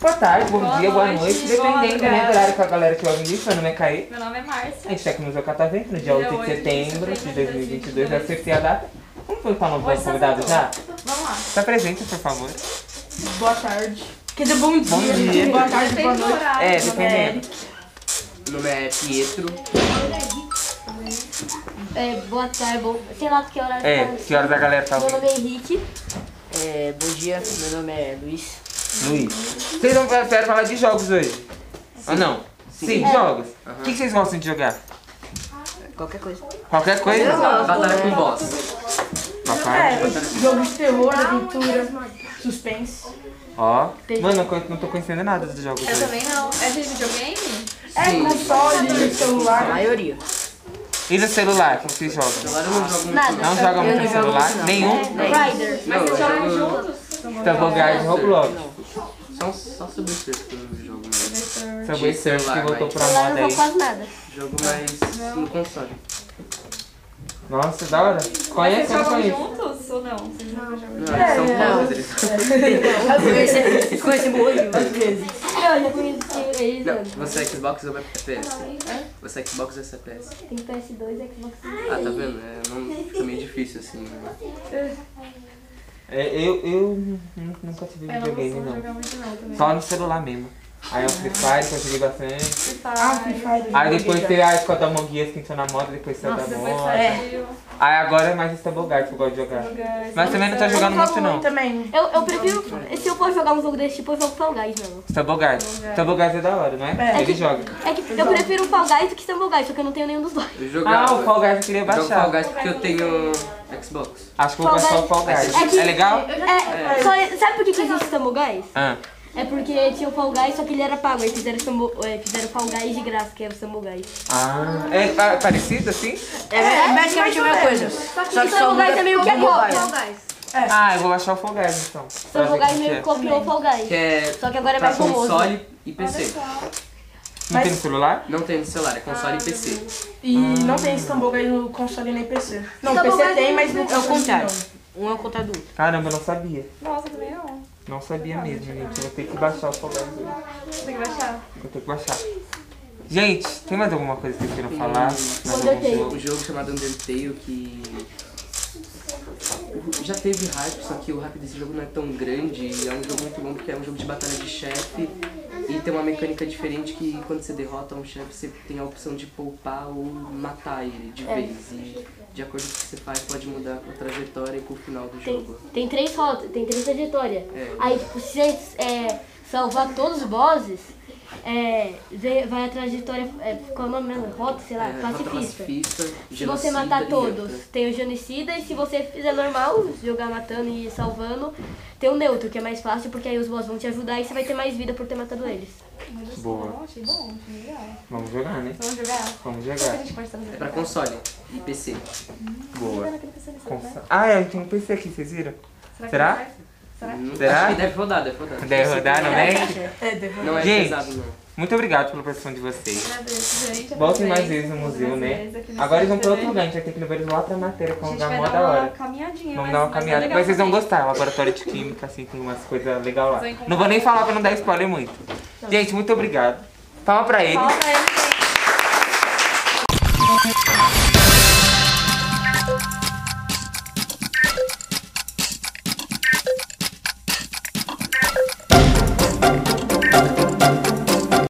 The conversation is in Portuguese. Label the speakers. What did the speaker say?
Speaker 1: Boa tarde, bom
Speaker 2: Boa
Speaker 1: dia, boa
Speaker 2: noite,
Speaker 1: noite.
Speaker 2: boa
Speaker 1: Dependendo do
Speaker 2: madrugada.
Speaker 1: horário que a galera que ouve isso, meu nome é Caí.
Speaker 2: Meu nome é
Speaker 1: A
Speaker 2: Márcia.
Speaker 1: gente tá aqui no Museu Catavento, no dia 8 de setembro de 2022. Já acertei a data. Vamos perguntar o nome
Speaker 2: Oi,
Speaker 1: do convidado já?
Speaker 2: Vamos lá.
Speaker 1: Se apresenta, por favor.
Speaker 3: Boa tarde. Quer dizer, bom dia.
Speaker 1: Bom dia.
Speaker 3: Boa tarde, boa
Speaker 2: Tem
Speaker 3: noite.
Speaker 2: horário.
Speaker 1: É,
Speaker 2: né?
Speaker 1: dependendo.
Speaker 4: Meu nome é Pietro.
Speaker 5: É, boa tarde, bom. Sei lá que horas
Speaker 1: É, que horas a galera tá
Speaker 5: Meu
Speaker 1: ouvindo?
Speaker 5: nome é Henrique.
Speaker 4: É, bom dia, meu nome é Luiz.
Speaker 1: Luiz. Vocês vão preferem falar de jogos hoje? Ou não? Sim, jogos. O que que vocês gostam de jogar?
Speaker 4: Qualquer coisa.
Speaker 1: Qualquer coisa?
Speaker 4: Batalha com boss.
Speaker 1: Papai.
Speaker 3: É, Jogo de terror, aventura, suspense.
Speaker 1: Ó. Mano, eu co- não tô conhecendo nada dos jogos
Speaker 2: Eu
Speaker 1: hoje.
Speaker 2: também não. É de videogame?
Speaker 3: É console,
Speaker 4: A
Speaker 6: Ah,
Speaker 3: celular.
Speaker 4: maioria.
Speaker 1: E no celular, o que vocês jogam?
Speaker 4: Agora eu não jogo muito.
Speaker 5: Nada.
Speaker 1: Não jogam muito no celular? Nenhum? Então
Speaker 5: Rider.
Speaker 4: Não, eu jogo
Speaker 1: Tabogard Roblox.
Speaker 4: só, só sobre o que eu jogo mais.
Speaker 1: Subway
Speaker 4: De
Speaker 1: Surf que
Speaker 4: celular,
Speaker 1: voltou
Speaker 4: vai.
Speaker 1: pra
Speaker 5: Celular
Speaker 1: moda
Speaker 5: não
Speaker 1: aí.
Speaker 5: vou quase Tá nada.
Speaker 4: Jogo mais no console.
Speaker 1: Nossa, da hora.
Speaker 2: Vocês
Speaker 1: Conhece ou não
Speaker 2: jogam
Speaker 1: conhece?
Speaker 2: juntos ou não? Vocês não jogam
Speaker 5: É.
Speaker 4: Não, eles são famosos. Eles...
Speaker 5: Eu já conheci eles,
Speaker 4: Não,
Speaker 5: mano.
Speaker 4: você é Xbox ou é PS? Você é Xbox ou é PS?
Speaker 5: Tem PS2, Xbox One.
Speaker 4: Ah, tá vendo? É, não, tá meio difícil assim. né?
Speaker 1: É, eu, eu nu- nunca tive
Speaker 2: Eu não
Speaker 1: videogame,
Speaker 2: costumo
Speaker 1: não.
Speaker 2: jogar muito não também.
Speaker 1: Só no celular mesmo. Aí é o Free Fire, que eu joguei bastante.
Speaker 2: Free
Speaker 3: Ah, Free
Speaker 2: Fire.
Speaker 3: Fire.
Speaker 1: Aí depois teve a Escola da Monguias que entrou na moda, depois saiu da
Speaker 3: Nossa,
Speaker 2: Depois
Speaker 1: moda.
Speaker 2: saiu.
Speaker 1: Aí agora Tá é mais Stabogard que eu gosto de jogar.
Speaker 2: Guys,
Speaker 1: Mas também não tá
Speaker 3: Eu
Speaker 1: jogando muito,
Speaker 3: muito
Speaker 1: não.
Speaker 3: também.
Speaker 5: Eu, eu prefiro, se eu for jogar um jogo desse tipo, eu jogo Fall Guys, mano.
Speaker 1: Stabogard. Stabogard é da hora, não é?
Speaker 3: É.
Speaker 1: Ele joga.
Speaker 5: É que eu prefiro Fall Guys do que Stumble Guys, só que eu não tenho nenhum dos dois.
Speaker 4: Eu jogo.
Speaker 1: Ah, o Fall Guys eu queria
Speaker 4: Eu jogo
Speaker 1: baixar.
Speaker 4: Fall Guys porque eu tenho Xbox.
Speaker 1: Acho que eu vou baixar o Fall
Speaker 5: É,
Speaker 1: Guys.
Speaker 5: que,
Speaker 1: É legal?
Speaker 5: É, só- sabe por que, que existe Stumble Guys?
Speaker 1: Ah,
Speaker 5: É porque tinha o Fall Guys, só que ele era pago, aí fizeram, Stumble, é, fizeram Fall Guys de graça, que é o Stumble Guys.
Speaker 1: ah. É pa- parecido assim?
Speaker 6: É, basicamente a mesma coisa. Só que só
Speaker 5: Stumble Guys
Speaker 6: muda
Speaker 5: é meio que é cópia.
Speaker 1: Ah, eu vou baixar o Fall Guys então. Pra ver
Speaker 5: Stumble
Speaker 1: como
Speaker 5: Guys
Speaker 1: que
Speaker 5: meio
Speaker 1: é.
Speaker 5: que copiou o Fall Guys.
Speaker 4: Que é
Speaker 5: Só que agora é
Speaker 4: pra
Speaker 5: mais famoso.
Speaker 4: console e PC.
Speaker 1: Não tem no celular?
Speaker 4: Não tem no celular, é console e PC.
Speaker 3: E não tem Istanbul aí no console nem PC. Não,
Speaker 6: Istanbul
Speaker 3: PC
Speaker 6: Guys
Speaker 3: tem,
Speaker 6: é
Speaker 3: mas não
Speaker 6: o contrário.
Speaker 3: não.
Speaker 6: Um é o contrário do outro.
Speaker 1: Caramba, eu não sabia.
Speaker 2: Nossa, também não.
Speaker 1: Não sabia mesmo, gente. Vou ter que baixar o Fall Guys hoje.
Speaker 2: Tem que baixar.
Speaker 1: Vou ter que baixar. Gente, tem mais alguma coisa que vocês queiram falar? Mais algum
Speaker 5: Undertale.
Speaker 4: Um
Speaker 1: jogo?
Speaker 4: jogo chamado Undertale que. Já teve hype, só que o hype desse jogo não é tão grande. e É um jogo muito bom porque é um jogo de batalha de chefe. E tem uma mecânica diferente que quando você derrota um chefe, você tem a opção de poupar ou matar ele de
Speaker 5: É.
Speaker 4: vez. E de acordo com o que você faz, pode mudar a trajetória e com o final do
Speaker 5: Tem,
Speaker 4: jogo.
Speaker 5: tem três rotas, tem três trajetórias.
Speaker 4: É.
Speaker 5: Aí, tipo, se você é, salvar todos os bosses, é, vê- vai a trajetória, é, qual é o nome mesmo? Rota, sei lá,
Speaker 4: É, rota
Speaker 5: pacifista.
Speaker 4: pacifista,
Speaker 5: Se você
Speaker 4: genocida e
Speaker 5: matar
Speaker 4: outra.
Speaker 5: todos, tem o genocida. E se você fizer normal, jogar matando e salvando, tem o neutro, que é mais fácil, porque aí os bosses vão te ajudar e você vai ter mais vida por ter matado eles.
Speaker 1: Boa.
Speaker 2: Bom, achei bom, achei legal. Então
Speaker 1: Vamos jogar, né?
Speaker 2: Vamos jogar?
Speaker 1: Vamos
Speaker 2: O que a
Speaker 1: jogar.
Speaker 2: gente pode
Speaker 4: É
Speaker 2: trazer?
Speaker 4: pra console e PC.
Speaker 1: Boa.
Speaker 2: Será que ele precisa de
Speaker 1: Com-
Speaker 2: celular?
Speaker 1: Ah, é, tem um PC aqui, vocês viram?
Speaker 2: Será?
Speaker 1: Será?
Speaker 2: que ele vai?
Speaker 4: Não-
Speaker 1: Será?
Speaker 4: Hum, Acho que deve rodar, deve rodar.
Speaker 1: Deve rodar, não é?
Speaker 3: É, depois.
Speaker 4: Não é
Speaker 1: Gente.
Speaker 4: pesado, não.
Speaker 1: Muito obrigado pela participação de vocês.
Speaker 2: Agradeço, gente.
Speaker 1: Voltem mais
Speaker 2: Agradeço.
Speaker 1: vezes no museu, né?
Speaker 2: Mais vezes aqui no
Speaker 1: Agora eles vão
Speaker 2: centro
Speaker 1: pra outro
Speaker 2: também.
Speaker 1: lugar, a gente vai ter que levar eles lá pra matéria, que é um
Speaker 2: A gente
Speaker 1: lugar
Speaker 2: vai
Speaker 1: mó
Speaker 2: dar
Speaker 1: da
Speaker 2: uma
Speaker 1: hora.
Speaker 2: caminhadinha.
Speaker 1: Vamos
Speaker 2: mas-
Speaker 1: dar uma
Speaker 2: mas é
Speaker 1: caminhada.
Speaker 2: legal
Speaker 1: Mas vocês vão
Speaker 2: também.
Speaker 1: gostar. O laboratório de química, assim, tem umas coisas legais lá.
Speaker 2: Vocês vão Tá.
Speaker 1: Não vou nem falar pra não dar spoiler muito. Gente, muito obrigado. Palma pra eles.
Speaker 2: Fala pra ele.